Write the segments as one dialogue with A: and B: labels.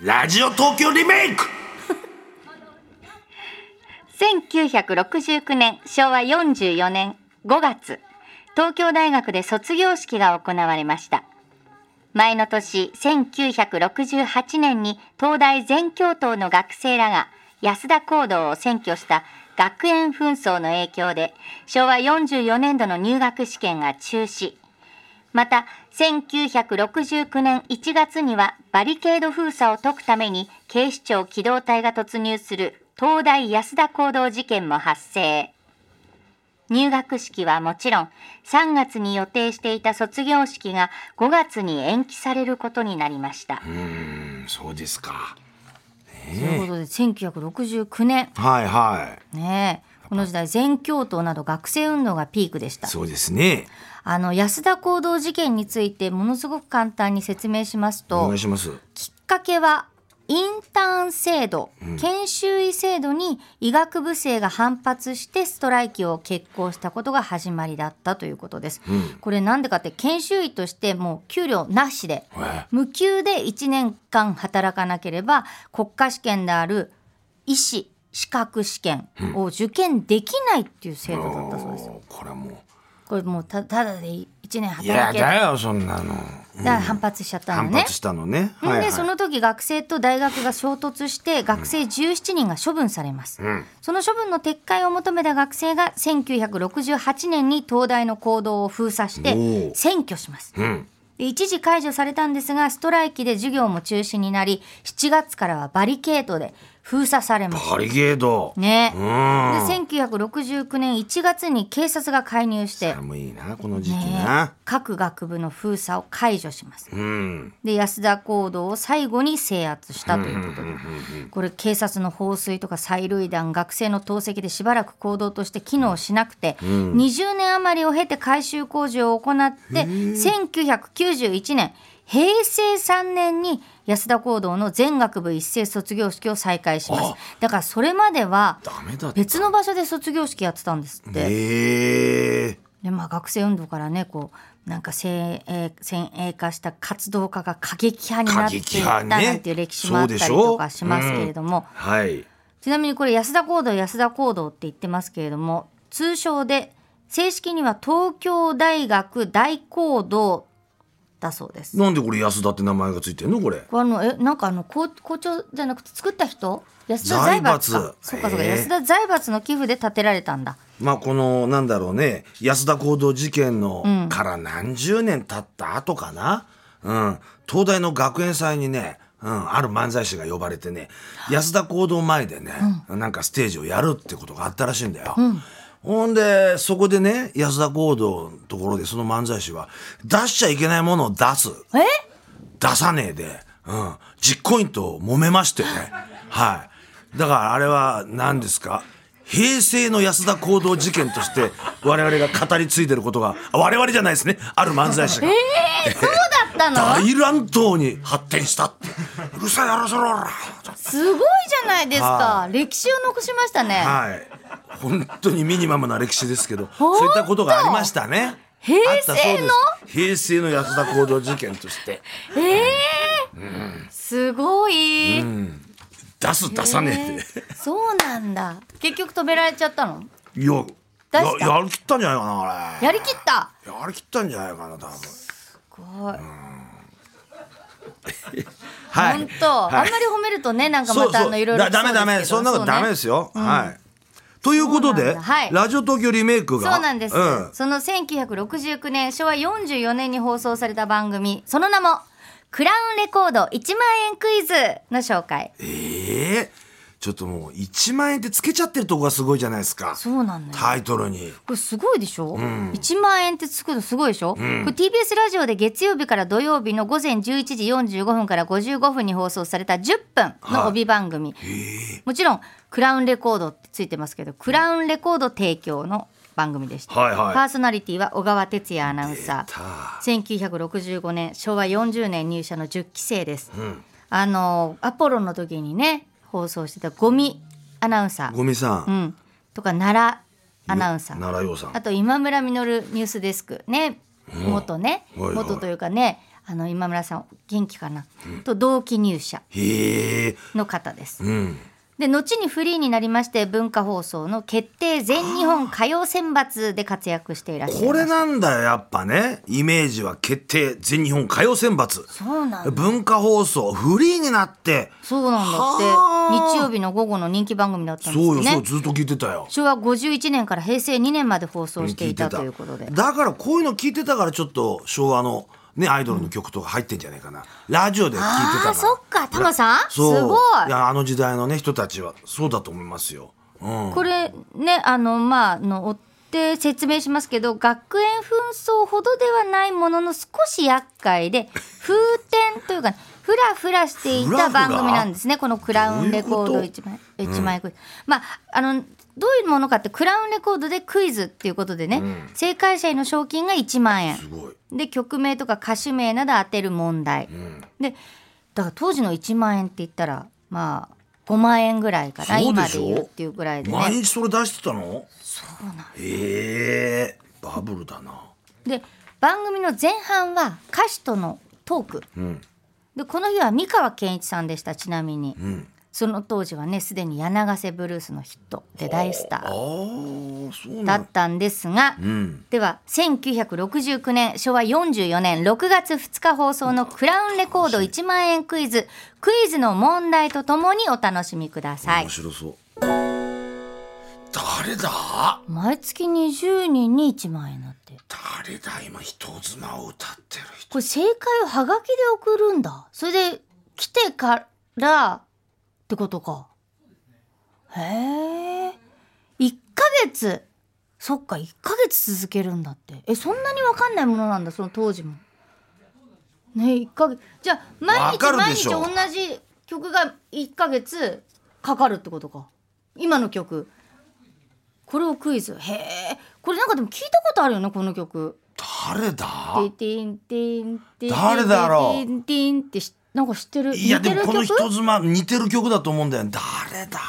A: ラジオ東京リメイク
B: 1969年昭和44年5月東京大学で卒業式が行われました前の年1968年に東大全教頭の学生らが安田講堂を占拠した学園紛争の影響で昭和44年度の入学試験が中止また1969年1月にはバリケード封鎖を解くために警視庁機動隊が突入する東大安田講堂事件も発生入学式はもちろん3月に予定していた卒業式が5月に延期されることになりました
A: うんそうですか
B: ということで1969年
A: はいは
B: ねえこの時代全教頭など学生運動がピークでした
A: いそうですね
B: あの安田講堂事件についてものすごく簡単に説明します
A: お
B: と
A: 願いします
B: きっかけはインターン制度、研修医制度に医学部生が反発してストライキを決行したことが始まりだったということです。これなんでかって研修医としてもう給料なしで
A: え
B: 無給で1年間働かなければ国家試験である医師資格試験を受験できないっていう制度だったそうです。
A: おーこれはも
B: これもうたただで1年
A: ういや
B: 働け
A: だよそんなの
B: だから反発しちゃったの
A: 反
B: ね。
A: 発したのね
B: で、その時学生と大学が衝突して学生17人が処分されます、その処分の撤回を求めた学生が1968年に東大の行動を封鎖して
A: おー
B: 占拠します
A: うん
B: で一時解除されたんですがストライキで授業も中止になり7月からはバリケードで封鎖されました
A: バリゲード
B: ね
A: う
B: で
A: ん
B: 1969年1月に警察が介入して、
A: 寒いなこの時期
B: ね
A: な、
B: 各学部の封鎖を解除します
A: うん
B: で安田講堂を最後に制圧したということでこれ警察の放水とか催涙弾学生の投石でしばらく行動として機能しなくて、20年余りを経て改修工事を行って1991年平成3年に安田講堂の全学部一斉卒業式を再開しますだからそれまでは
A: ダメだって
B: 別の場所で卒業式やってたんですって。
A: ええ
B: でまあ、学生運動からねこうなんか先鋭先鋭化した活動家が過激派になっていった
A: 過激派ね
B: なんていう歴史もあったりとかしますけれども、
A: はい
B: ちなみにこれ安田講堂安田講堂って言ってますけれども通称で正式には東京大学大講堂だそうです。
A: なんでこれ安田って名前がついてんのこれ
B: これあのえなんかあの校校長じゃなくて作った人安田財閥か
A: 財閥
B: そうかそうか、
A: へえ
B: 安田財閥の寄付で建てられたんだ
A: まあこのなんだろうね安田講堂事件のから何十年経った後かな、うん東大の学園祭にね、うん、ある漫才師が呼ばれてね安田講堂前でね、なんかステージをやるってことがあったらしいんだよ。ほんでそこでね安田講堂のところでその漫才師は出しちゃいけないものを出す。
B: え
A: 出さねえで、うん、実行委員と揉めまして ね。はい。だからあれは何ですか平成の安田行動事件として我々が語り継いでることが、あ我々じゃないですね。ある漫才師が。
B: えー、そうだったの
A: 大乱闘に発展した って。うるさいやろそろおら。
B: すごいじゃないですか。歴史を残しましたね。
A: はい。本当にミニマムな歴史ですけど、
B: ほんと
A: そういったことがありましたね。
B: 平成の
A: あったそうです平成の安田行動事件として、
B: ええすごい。
A: 出す出さねえ
B: えー そうなんだ。結局止められちゃったの。
A: で。いや、
B: た
A: ややりきったんじゃないかな、あれ。
B: やりきった。
A: やりきったんじゃないかな多分
B: すごい。
A: はい
B: 本当、
A: はい
B: あんまり褒めるとね、なんか
A: そ
B: ま
A: う
B: たあ
A: そう
B: のいろいろ
A: だダメダメそんなことダメですすよ、はいということ
B: そうなん
A: で、
B: だはい
A: ラジオ東京リメイク
B: け
A: が
B: ど。そうなんです、
A: ん
B: その1969年昭和44年に放送された番組その名も「クラウンレコード1万円クイズ」の紹介
A: ええちょっともう1万円ってつけちゃってるとこがすごいじゃないですか
B: そうなんだよ
A: タイトルに
B: これすごいでしょ、1万円ってつくのすごいでしょ、これ TBS ラジオで月曜日から土曜日の午前11時45分から55分に放送された10分の帯番組、もちろんクラウンレコードってついてますけどクラウンレコード提供の番組でした、
A: はいはい
B: パーソナリティは小川哲也アナウンサ
A: た
B: ー1965年昭和40年入社の10期生です、あのアポロの時にね放送してたゴミアナウンサー、
A: ゴミさ、
B: うんん、とか奈良アナウンサー
A: 奈良洋さん
B: あと今村実ニュースデスクね元ね、
A: はいはい
B: 元というかねあの今村さん元気かな、と同期入社
A: へえ。
B: の方です。
A: うん。
B: で後にフリーになりまして文化放送の決定全日本歌謡選抜で活躍していらっしゃい
A: こ
B: ます。
A: れなんだよ、やっぱね。イメージは決定、全日本歌謡選抜。
B: そうなんだ
A: 文化放送、フリーになって。
B: そうなんだって
A: はあ
B: 日曜日の午後の人気番組だったんです
A: そうよ、そ
B: ね
A: う、ずっと聞いてたよ。
B: 昭和51年から平成2年まで放送していたということで
A: だからこういうの聞いてたからちょっと昭和のねアイドルの曲とか入ってんじゃないかな、ラジオで聞いてたから
B: あーそっかタマさん
A: ラそう
B: すごい
A: やあの時代のね人たちはそうだと思いますよ、うん、
B: これねあのまあの追って説明しますけど学園紛争ほどではないものの少し厄介で風天というか、ふらふらしてい
A: ふら
B: た
A: ふら
B: 番組なんですねこのクラウンレコー
A: ど
B: ド
A: ういう
B: 一枚一枚クイズまああのどういうものかってクラウンレコードでクイズっていうことでね、正解者への賞金が1万円
A: すごい
B: で曲名とか歌手名など当てる問題、でだから当時の1万円って言ったらまあ5万円ぐらいかな
A: そうで
B: 今
A: し
B: で
A: ょ
B: 言うっていうぐらいで
A: 毎
B: ね
A: 日それ出してたの
B: そうなん
A: へえバブルだな
B: で番組の前半は歌手とのトーク
A: うん
B: でこの日は三河健一さんでしたちなみに、
A: ん
B: その当時はねすでに柳瀬ブルースのヒットで大スタ
A: ああ
B: ー
A: そう
B: だ
A: な
B: っ
A: の
B: たんですが、
A: うん
B: では1969年昭和44年6月2日放送の「クラウンレコード1万円クイズ」クイズの問題とともにお楽しみください
A: 面白そう、誰だ
B: 毎月20人に1万円だって
A: 誰だ今人妻を歌ってる人
B: これ正解をハガキで送るんだそれで来てからってことかへえ1ヶ月そっか1ヶ月続けるんだってえそんなに分かんないものなんだその当時もね一1ヶ月じゃあ毎
A: わか
B: 日
A: る
B: 毎
A: で
B: 日
A: しょ
B: 同じ曲が1ヶ月かかるってことか今の曲これをクイズへえこれなんかでも聞いたことあるよねこの曲
A: 誰だ
B: ティンティンティンティン
A: 誰だろう
B: ティンティンってしなんか知ってる
A: いや
B: 似
A: で
B: て
A: も
B: る
A: この
B: 曲
A: 人妻似てる曲だと思うんだよね誰だ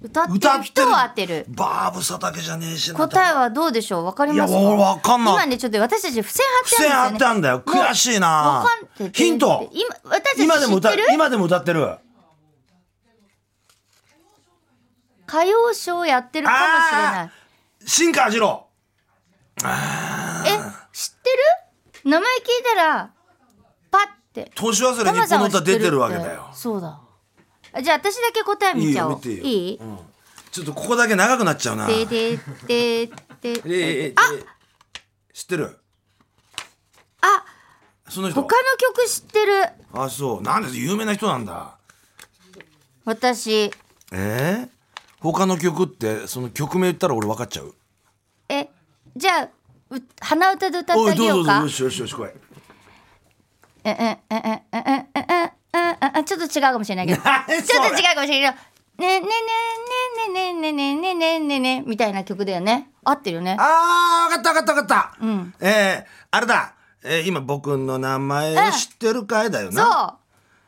B: 歌って
A: 歌
B: る
A: って
B: 人
A: る
B: を当てる
A: バーブサだけじゃねえしな
B: 答えはどうでしょうわかり
A: いや
B: ますか
A: 俺わかんな
B: 今
A: い
B: ねちょっと私たち付箋
A: 付
B: 貼って
A: 箋
B: あ
A: あ
B: るん
A: っ
B: ですよ
A: た
B: ね
A: んだよ悔しい
B: わ
A: な
B: かんって
A: ヒント
B: 今私
A: 今
B: た
A: で
B: ち知
A: も
B: っ
A: 歌
B: てる
A: 今でも歌ってるあ
B: 歌謡ショーやってるかもしれない
A: あー新川次郎
B: え知ってる名前聞いたらパッて
A: 年忘れ
B: タ
A: 日
B: マさ
A: 本
B: ん
A: の
B: は
A: 歌
B: 知ってる
A: 出
B: って
A: てるわけだよ
B: そうだあじゃあ私だけ答え見ちゃおう
A: いいよ見てよ
B: いい
A: ちょっとここだけ長くなっちゃうな
B: でででで
A: えええええ知ってる
B: あ
A: その人
B: 他の曲知ってる
A: あそうなんで有名な人なんだ
B: 私
A: えー、他の曲ってその曲名言ったら俺分かっちゃう
B: えじゃあう鼻歌で歌って
A: お
B: あ
A: い
B: げ
A: どうぞ
B: よ
A: ど
B: う
A: うぞ
B: か
A: よしよしよし来い
B: えええええええええええちょっと違うかもしれない けどちょ
A: 何それ
B: っと違うかもしれないけどねねねねねねねねねねねねみたいな曲だよね合ってるよね
A: あー分かった分かった分かった、
B: ん
A: えー、あれだ、えー、今僕の名前を知ってるかいだよ
B: そ
A: な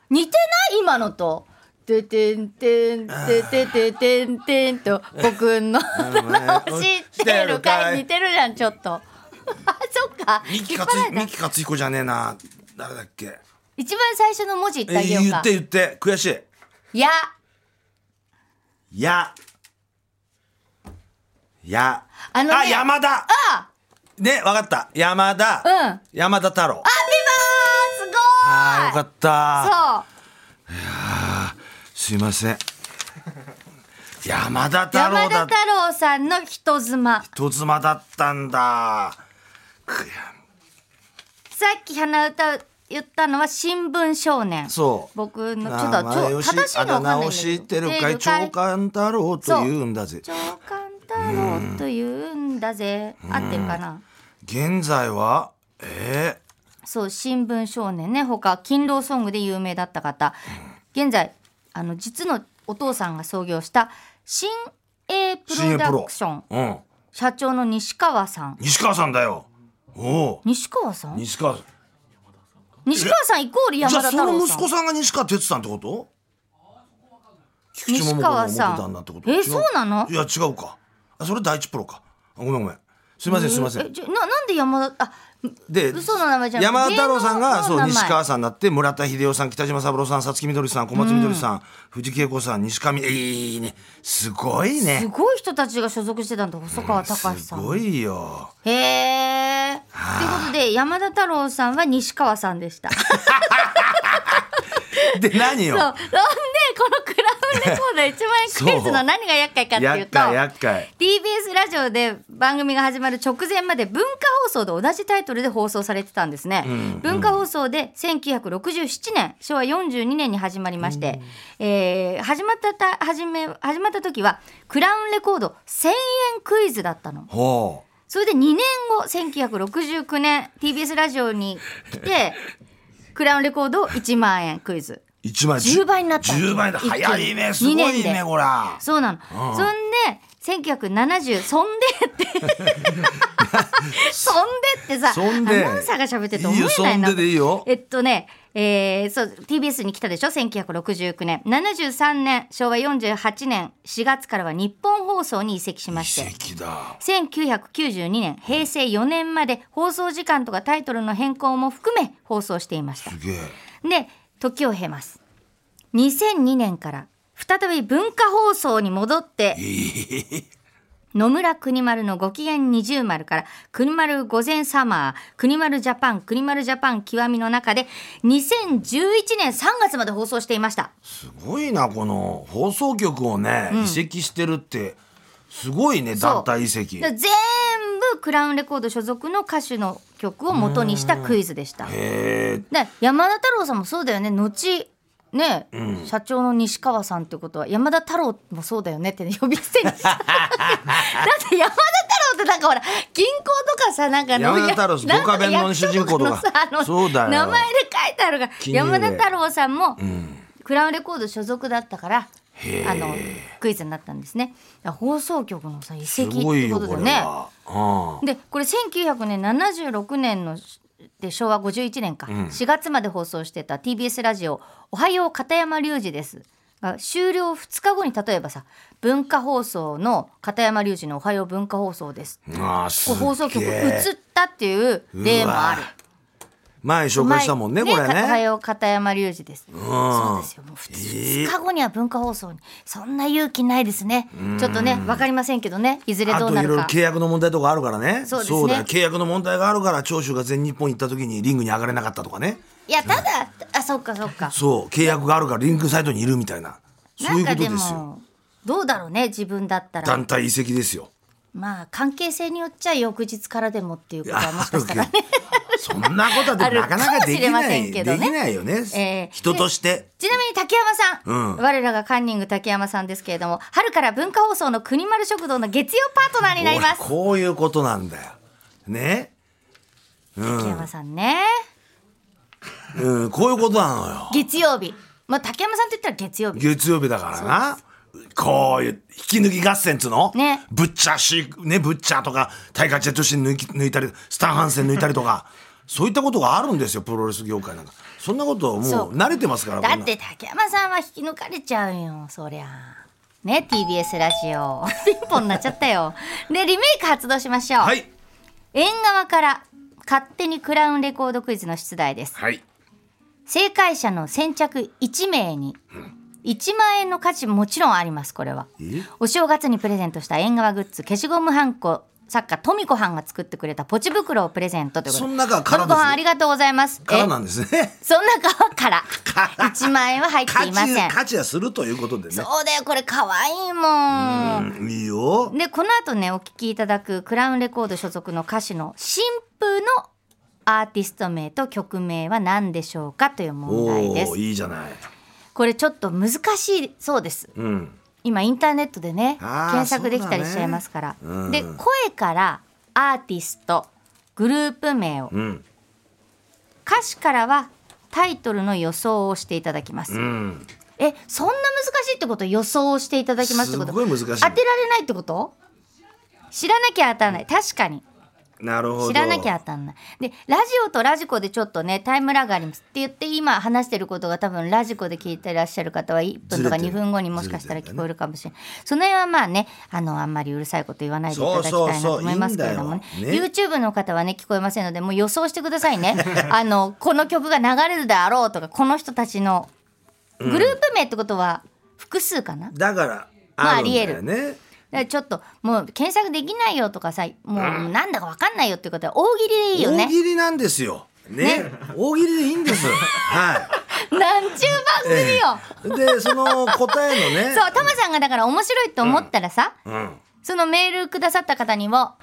B: う似てない今のと「ててんてんててててんてん」と僕の名を 知ってるかい似てるじゃんちょっと あそっか
A: 三木
B: 引っ張
A: 勝
B: られ
A: 彦三
B: た
A: 木勝彦じゃねえな誰だっけ、
B: 一番最初の文字
A: え
B: 言ってあ
A: ー
B: げよう
A: 言
B: か
A: って言って悔し
B: 「や」
A: いやや
B: あのね
A: あ山田
B: あ
A: ね分かった山田、
B: うん
A: 山田太郎
B: あビバー
A: あーよ
B: すご
A: かった
B: いそう
A: すいません。山田太
B: 山
A: 郎だ
B: 田太。郎さんの人 妻
A: 人妻だったんだ。くや
B: さっき鼻歌言ったのは新聞少年
A: そう。
B: 僕のちょっ
A: 名
B: とち
A: 前
B: ょ
A: を知
B: 正しい
A: あ
B: のわか
A: だ
B: ん
A: 名
B: ないんだ
A: を
B: け
A: 知っ
B: ど
A: てるかい長官太郎と言うんだぜ
B: 長官太郎というんだぜ合ってるかな
A: 現在はえ
B: そう新聞少年ね他勤労ソングで有名だった方現在あの実のお父さんが創業した新 A プロダクション
A: ー、うん
B: 社長の西川さん
A: 西川さんだよおお
B: 西川さん
A: 西川さん
B: 西川さんイコール
A: じゃ
B: 山
A: あ
B: 田
A: そ
B: 太
A: の
B: 郎
A: 息
B: さん
A: 子さんが西川哲さんってこと菊池
B: 西
A: 桃子の
B: 川
A: 元
B: さ
A: 旦那って
B: ん
A: こと
B: え
A: 違
B: そうなの
A: いや違うかあそれ第一プロかあごめんごめんすいませんすいませ
B: え
A: ん
B: じゃななんで山田あ
A: で
B: 嘘の名前じゃなく
A: 山
B: て
A: 田太郎さんが
B: 芸
A: そ
B: 能
A: う
B: の名前
A: 西川さんになって村田秀夫さん北島三郎さん五月みどりさん小松みどりさん、藤木恵子さん西上いいねすごい
B: す
A: ね
B: ごい人たちが所属してたんだ細川隆
A: す
B: さん。
A: ごいよ
B: へえ。ということで山田太郎さんは西川さんでした。そう。
A: で何よ
B: なんでこのクラウンレコード1万円クイズの何が厄介かっていう
A: 厄
B: と。
A: 介厄介
B: TBS ラジオで番組が始まる直前まで文化放送と同じタイトルで放送されてたんですね、文化放送で1967年昭和42年に始まりまして、えー始まったた始め始まった時はクラウンレコード1000円クイズだったの
A: ほう
B: それで2年後1969年 TBS ラジオに来てクラウンレコード1万円クイズ
A: 一枚
B: 10倍になった
A: 10倍だ
B: 一気に
A: 早いねすご
B: 二
A: い
B: 年
A: ね
B: で
A: こら
B: そうなの、
A: うん
B: そんで1970そんで ってそんでってさ
A: そんで
B: アナウンサーが喋ってると
A: いいよ
B: 思えないな
A: そんででいいよ
B: えっとねえー、そう TBS に来たでしょ1969年73年昭和48年4月からは日本放送に移籍しまして
A: 奇跡だ
B: 1992年平成4年まで放送時間とかタイトルの変更も含め放送していました
A: すげえ
B: で時を経ます2002年から再び文化放送に戻って野村国丸のご機嫌二重丸から国丸午前サマー国丸ジャパン国丸ジャパン極みの中で2011年3月まで放送していました
A: すごいなこの放送局をね、移籍してるってすごいね
B: そう
A: 団体移籍
B: だから
A: へ
B: 全部クラウンレコード所属の歌手の曲を元にしたクイズでした
A: え
B: で山田太郎さんもそうだよね後ね、社長の西川さんってことは山田太郎もそうだよねって、ね、呼 び捨てにしただって山田太郎ってなんかほら銀行とかさなんか
A: 山田太郎
B: なん
A: ドカ
B: か
A: ベンの主人公とか
B: 役所のさあの
A: そうだよ
B: 名前で書いてあるが
A: 記入
B: 山
A: で
B: 田太郎さんも、クラウンレコード所属だったから
A: へー
B: あのクイズになったんですねだから放送局のさ遺
A: す
B: 跡って
A: ごいよ
B: こ
A: こ
B: とだよ
A: れ
B: ね。
A: は、うん
B: でこれ1976年ので昭和51年か、4月まで放送してた TBS ラジオ「おはよう片山隆二です」が終了2日後に例えばさ文化放送の片山隆二の「おはよう文化放送です」
A: ああす
B: こう
A: げえ
B: 放送局移ったっていう例もある
A: うわ。前紹介したもんねこれ
B: おは
A: ね
B: よう片山隆二です。そうですよ。もう普通
A: ええ
B: 2日後には文化放送にそんな勇気ないですね。ちょっとねわかりませんけどねいずれ
A: あ
B: どう
A: といろ
B: ないる
A: ろ
B: か。
A: 契約の問題とかあるからね
B: そうですね
A: だよ契約の問題があるから長州が全日本行った時にリングに上がれなかったとかね
B: いやただあそうかそうか。
A: そう契約があるからリングサイドにいるみたいなそういうことですよ
B: どうだろうね自分だったら
A: 団体移籍ですよ
B: まあ関係性によっちゃ翌日からでもっていうことはもしかしたらね
A: そんなことはでもなかなかでき
B: あるかもしれま
A: な
B: せ
A: い、
B: んけど
A: で
B: ね
A: きないよね、
B: えー
A: 人として
B: ちなみに竹山さ
A: う
B: ん、
A: ん
B: 我らがカンニング竹山さんですけれども春から文化放送の国丸食堂の月曜パートナーになります
A: おいこういうことなんだよね、
B: 竹山さんね
A: うん、こういうことなのよ
B: 月曜日まあ竹山さんって言ったら月曜日
A: 月曜日だからなこういう引き抜き合戦っつうの、
B: ね
A: ブッチャーシーねブッチャーとかタイガー・ジェットシン抜き抜いたりスタン・ハンセン抜いたりとかそういったことがあるんですよプロレス業界なんかそんなこと
B: そ
A: もう
B: う
A: 慣れてますから
B: だ
A: こん
B: っ
A: な
B: て竹山さんは引き抜かれちゃうよそりゃね TBS ラジオ ピンポンになっちゃったよでリメイク発動しましょう、
A: はい
B: 縁側から勝手にクラウンレコードクイズの出題です
A: はい
B: 正解者の先着1名に1万円の価値もちろんありますこれは
A: え
B: お正月にプレゼントした縁側グッズ消しゴムはんこ作家富子はんが作ってくれたポチ袋をプレゼントということ
A: その中は空
B: 富子
A: です
B: は
A: ね
B: んありがとうございます
A: から
B: え
A: なんです ね
B: その中は から
A: 空
B: 1万円は入って
A: 勝
B: い
A: ち
B: ません
A: 勝ちはするということでね
B: そうだよこれ可愛いもん
A: うんいいよ
B: でこの後ねお聴きいただくクラウンレコード所属の歌手の新風のアーティスト名と曲名は何でしょうかという問題で
A: お
B: す
A: おいいじゃない
B: これちょっと難しいそうです
A: うん
B: 今インターネットでね
A: あー
B: 検索できたりしちゃいますから、
A: そうだねうん
B: で声からアーティストグループ名を
A: うん
B: 歌詞からはタイトルの予想をしていただきます、
A: うん
B: えそんな難しいってこと予想をしていただきますってこと
A: すごい難しい
B: 当てられないってこと知らなきゃ当たらない確かに
A: なるほど
B: 知らなきゃ当たんないでラジオとラジコでちょっとねタイムラグありますって言って今話してることが多分ラジコで聞いてらっしゃる方は1分とか
A: ずれてる
B: 2分後にもしかしたら聞こえるかもしれない、その辺はまあねあのあんまりうるさいこと言わないでいただきたいなと思いますけれどもね
A: そうそうそういいんだよね
B: YouTube の方はね聞こえませんのでもう予想してくださ いねあのこの曲が流れるであろうとかこの人たちのグループ名ってことは複数かな、
A: だから
B: まあ
A: あるんだよね、
B: だからちょっともう検索できないよとかさもうなんだかわかんないよっていうことは大喜利でいいよ
A: 大
B: ね。
A: 喜利なんですよね
B: ね
A: 大喜利でいいんです は
B: なんちゅう番組よ、
A: いでその答えのね
B: そうタマさんがだから面白いと思ったらさ、
A: うん
B: そのメールくださった方にも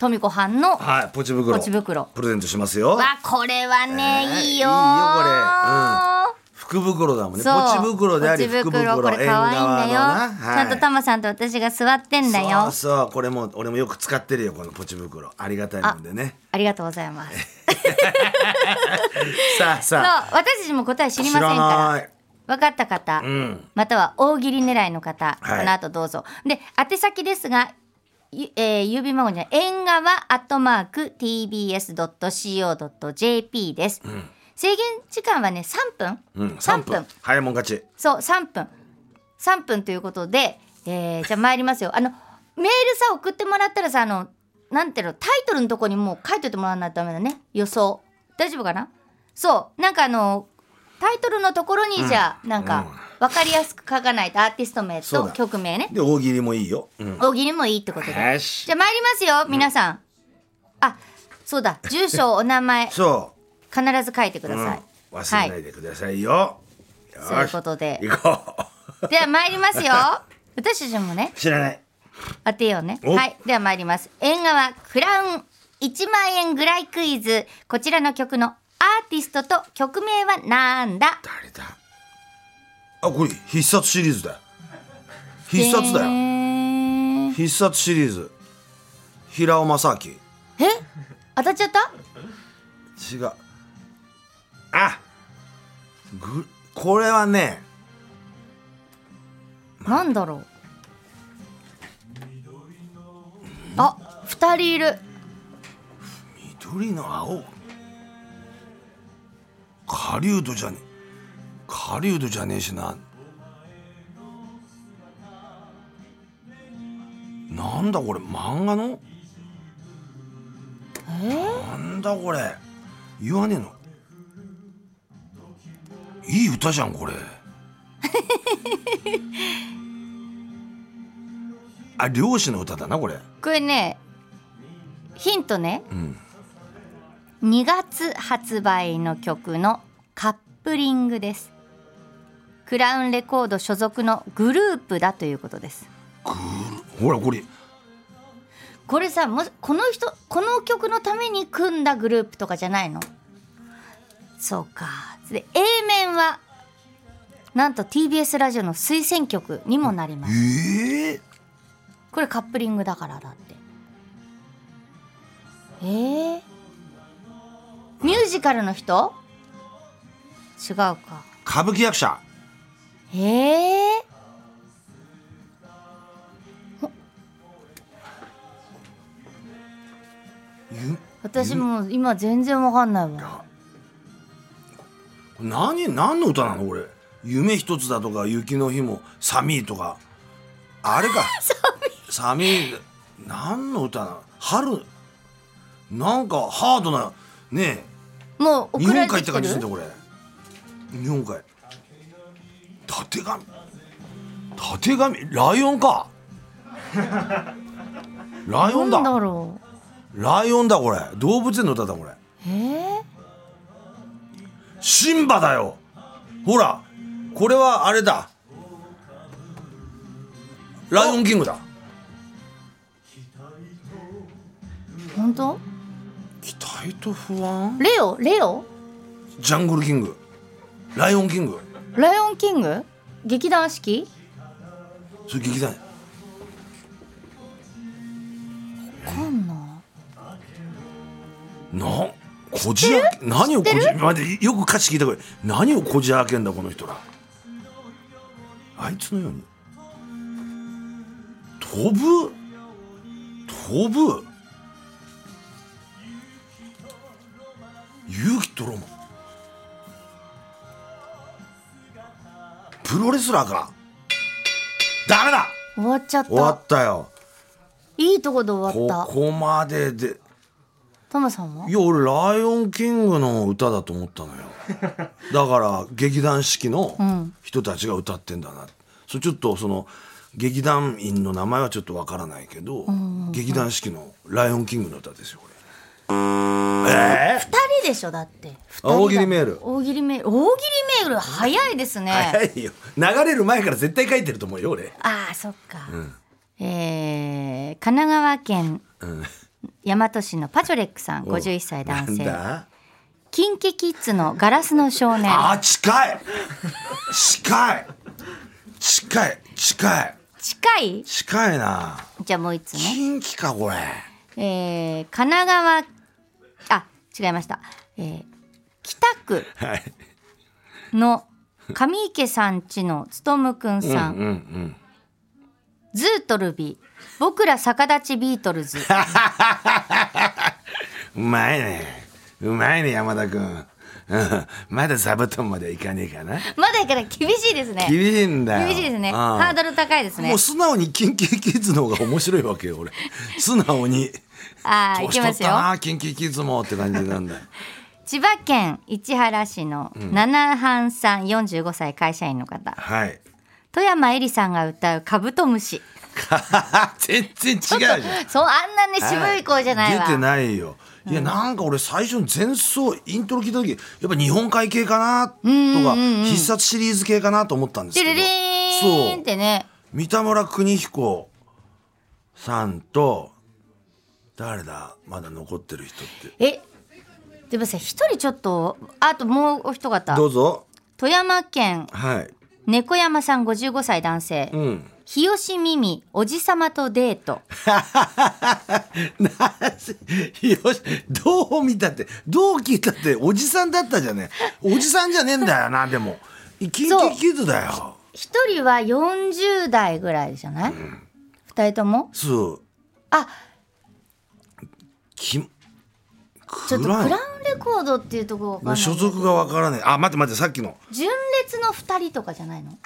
B: とみこはんのわ
A: はいポチ袋
B: ポチ袋
A: プレゼントしますよ
B: これはね、
A: えー
B: い
A: いい
B: いよ
A: よこれ
B: ー
A: 福袋だもんねポ
B: そう
A: チ袋であり
B: ポチ
A: 福袋
B: これ
A: 縁
B: 可
A: 側
B: 愛いんだよ、
A: のな
B: ちゃんとタ
A: ま
B: マさんと私が座ってんだよ
A: そうそうこれも俺もよく使ってるよこのポチ袋ありがたいもんでね
B: ありがとうございます
A: さあ
B: そう
A: さあ
B: 私たちも答え知りません
A: 知
B: から
A: ない
B: 分かった方、
A: うん
B: または大喜利狙いの方、
A: はい
B: この後どうぞで宛先ですがゆえー、郵便番号じゃない縁側アットマーク tbs.co.jp です、制限時間はね3分、
A: うん
B: 3
A: 3
B: 分
A: 分早いもん勝ち
B: そう3分3分ということで、えーじゃあ参りますよあのメールさ送ってもらったらさあのなんていうのタイトルのとこにもう書いといてもらわないとダメだね予想大丈夫かなそうなんかあのタイトルのところにじゃあ、なんか分かりやすく書かないとアーティスト名
A: そう
B: と
A: だ
B: 曲名ね
A: で大喜利もいいようん
B: 大喜利もいいってことでじゃあ
A: よし
B: 参りますよ皆さん、あそうだ住所お名前必
A: そ
B: ず書いてく
A: うう
B: だ
A: ん
B: さい、
A: 忘れないでくださいよよし
B: そういうことで
A: 行こ
B: では参ります よ私たちもね
A: う知らない
B: 当てようね。
A: お
B: はい。では参ります。縁側クラウン1万円ぐらいクイズ。こちらの曲のアーティストと曲名はなんだ
A: 誰だあこれ必殺シリーズだよ必殺だ
B: で
A: よ
B: ーん
A: 必殺シリーズ平尾正明
B: え当たっちゃった
A: 違うあぐこれはね
B: なんだろうあ、二人いる。
A: 緑の青狩人じゃね狩人じゃねえしななんだこれ漫画の
B: えー、
A: なんだこれ言わねえのいい歌じゃんこれあ漁師の歌だなこれ
B: これね、ヒントね。
A: うん
B: 2月発売の曲のカップリングですクラウンレコード所属のグループだということです
A: ほらこれ
B: これさもしこの人この曲のために組んだグループとかじゃないのそうかで A 面はなんと TBS ラジオの推薦曲にもなります
A: ええ
B: これカップリングだからだってえー、ミュージカルの人違うか
A: 歌舞伎役者
B: ええ
A: ゆ
B: 私もう今全然わかんないもん。あ
A: 何何の歌なのこれ夢一つだとか雪の日も寒いとかあれか 寒い寒い何の歌なの春なんかハードなね
B: もう
A: え日
B: 送
A: 本
B: られて
A: 海っ
B: きて
A: て
B: る
A: 感じするんだよこれ日本海たてがみたてがみライオン かライオン
B: なん
A: だ
B: だろう。
A: ライオンだこれ動物園の歌だこれ
B: ええ
A: シンバだよほらこれはあれだライオンキングだ
B: 本当？
A: 期待と不安
B: レオレオ？
A: ジャングルキングライオンキング
B: ライオンキング？劇団四季？
A: それ劇団
B: わかんな
A: なこじあけ何をこじ待ってよく歌詞聞いてこれ何をこじあけんだこの人らあいつのように飛ぶ飛ぶ勇気とロマンプロレスラーかダメだ
B: 終わっちゃっ
A: 終わ
B: た
A: ったよ
B: いいとこで終わっ
A: こ
B: た
A: こまでで
B: トムさんはい
A: や俺「ライオンキング」の歌だと思ったのよだから劇団四季の人たちが歌ってんだな、それちょっとその劇団員の名前はちょっとわからないけど、劇団四季の「ライオンキング」の歌ですよこれえ
B: 二人でしょだって二人だ
A: 大喜利メール
B: 大喜利メール大喜利メール早いですね、
A: え早いよ流れる前から絶対書いてると思うよ俺
B: ああそっか、えー神奈川県
A: ん
B: 大和市のパチョレックさん51歳男
A: なん
B: 性
A: だ
B: キンキキッズの「ガラスの少年
A: あ近い近い近い近い」
B: 近い
A: 近いな
B: じゃあもう一つね
A: 近畿かこれ
B: えー神奈川あ違いました、えー北区
A: はい
B: の上池さんちのつとむくんさん,、
A: うんうん
B: ズートルビー僕ら逆立ちビートルズ
A: うまいねうまいね山田君うんまだ座布団まではいかねえかな
B: まだから厳しいですね
A: 厳しいんだよ
B: 厳しいですね
A: うん
B: ハードル高いですね
A: もう素直にキンキキッズの方が面白いわけよ 俺素直に
B: ああい
A: 年
B: き
A: 取
B: ま
A: っ
B: すよ
A: たなキンキキッズもって感じなんだ よ
B: 千葉県市原市の七半さん45歳会社員の方
A: はい
B: 富山えりさんが歌うカブトムシ
A: 全然違うじゃん
B: そうあんなね渋い声じゃないわ、
A: 出てないよいやなんか俺最初に前奏イントロ聞いた時やっぱ日本海系かなとか必殺シリーズ系かなと思ったんです
B: テ
A: け
B: レ
A: ど
B: レーンってね
A: 三田村邦彦さんと誰だまだ残ってる人って
B: えでもさ一人ちょっとあともうお一方
A: どうぞ
B: 富山県
A: はい
B: 猫山さん55歳男性、
A: うん
B: 日吉ミミおじさまとデート
A: なぜ よしどう見たってどう聞いたっておじさんだったじゃねえおじさんじゃねえんだよなでもキンキキッズだよ
B: 一人は40代ぐらいじゃない、二人とも
A: そう
B: あ
A: き
B: ちょっとク
A: 暗い
B: ラウンレコードっていうところわかんない
A: 所属がわからないあ待って待ってさっきの
B: 純烈の二人とかじゃないの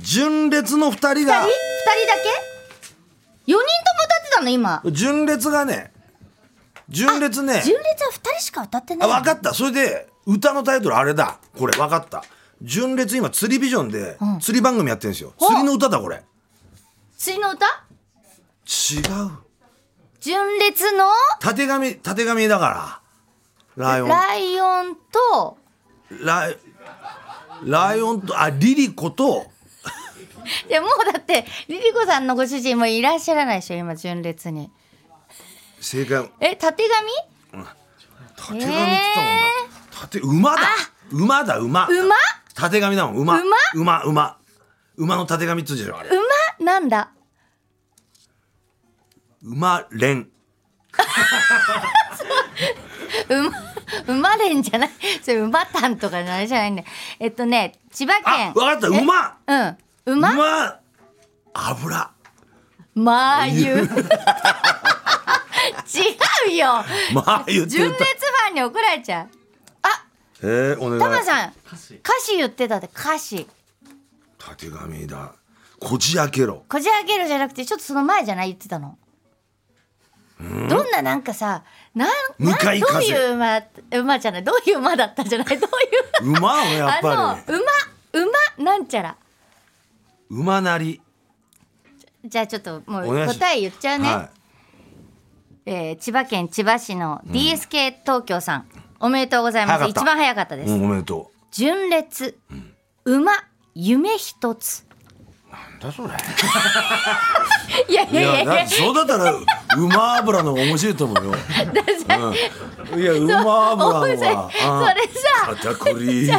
A: 純烈の二人
B: 二人
A: が
B: 二人だけ四人とも歌ってたの今
A: 純烈がね純烈ね
B: 純烈は二人しか歌ってな
A: あ
B: い
A: 分かったそれで歌のタイトルあれだこれ分かった純烈今釣りビジョンで釣り番組やってるんですよ、
B: ほう
A: 釣りの歌だこれ違
B: 釣りの歌
A: う
B: 純烈の
A: たてがみたてがみだからライオン
B: ライオンと
A: ライライオンとあリリコと
B: でもうだってリリコさんのご主人もいらっしゃらないでしょ今純烈に
A: 正解
B: えたてがみ
A: たてがみって言ったもんな、たて馬だ馬だ馬
B: 馬
A: たてがみだもん馬
B: 馬
A: 馬馬馬のたてがみっつうでしょあれ
B: 馬なんだ
A: 馬連
B: 馬馬連じゃないそれ馬タンとかあれじゃないんだよえっとね千葉
A: あ
B: 県
A: 分かった馬
B: うん馬
A: 馬油
B: まあゆ違うよ
A: まあ言って
B: 純
A: る
B: 烈ファンに怒られちゃうあ
A: えー、お願い
B: タマさん歌詞言ってたって歌詞
A: たてがみだこじ開けろ
B: こじ開けるじゃなくてちょっとその前じゃない言ってたのどんななんかさなん
A: 向かい
B: なんどう
A: 風
B: いう馬馬じゃないどういう馬だったんじゃないどういう
A: 馬をやっ
B: あ
A: ぱり
B: の馬馬なんちゃら
A: 馬なり
B: じゃあちょっとも
A: お願
B: う
A: いします
B: 答え言っちゃうね、
A: は
B: えー千葉県千葉市の DSK 東京さん、おめでとうござい
A: 早
B: ます
A: かった
B: 一番早かったで
A: い、
B: す、
A: うん、おめでと
B: 純烈、馬夢一つ
A: うなんだそれ
B: いやい
A: い
B: やいや
A: や
B: いや
A: だそうだったら馬油の方が面白いと思うよ、うん、いや馬油の方が
B: それさ
A: あ片栗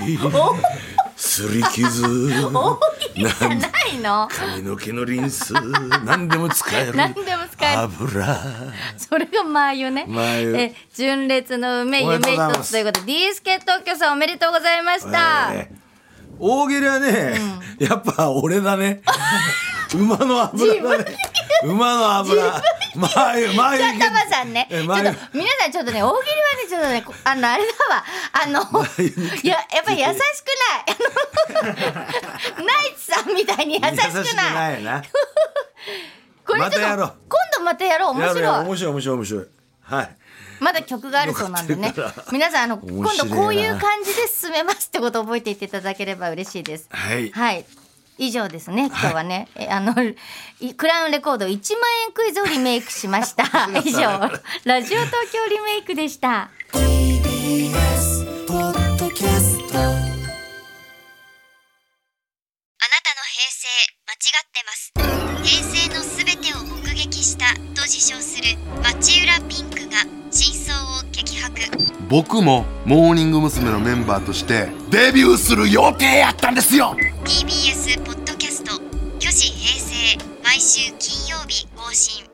A: すり傷
B: 大喜利じゃないの
A: 髪の毛のリンス何でも使える
B: 何でも使える
A: 油
B: それがマー油ね
A: マー油
B: え純烈の梅
A: おめ
B: 夢
A: でとうござい
B: 一
A: ま
B: つ
A: す
B: ということで DSK 東京さんおめでとうございました、
A: ええ大喜利はね、 やっぱ俺だね馬の油だね馬の油まあゆまあ
B: じゃあ
A: ゆ
B: タマさんね、ち
A: え
B: ょっと
A: まあゆ
B: 皆さんちょっとね大喜利はねちょっとねあのあれだわあのいややっぱり優しくないあのナイツさんみたいに優しくない
A: 優しくないな
B: これちょ
A: ま
B: っと
A: たやろう
B: 今度またやろう面
A: やる
B: 白い
A: やる面白い面白い面白いはい
B: まだ曲があるそうなんでね
A: 残ってるから
B: 皆さんあの今
A: 面
B: 度
A: 白いな
B: こういう感じで進めますってことを覚えていっていただければ嬉しいです
A: はい
B: はい。以上ですね。今日はね、えあのいクラウンレコード1万円クイズをリメイクしま した。以上、ラジオ東京リメイクでした。
C: TBS ポッドキャスト
D: あなたの平成間違ってます平成のすべてを目撃したと自称する町浦ピンクが真相を激白
E: 僕もモーニング娘。のメンバーとしてデビューする予定やったんですよ
D: TBS ポッドキャスト「巨子平成」毎週金曜日更新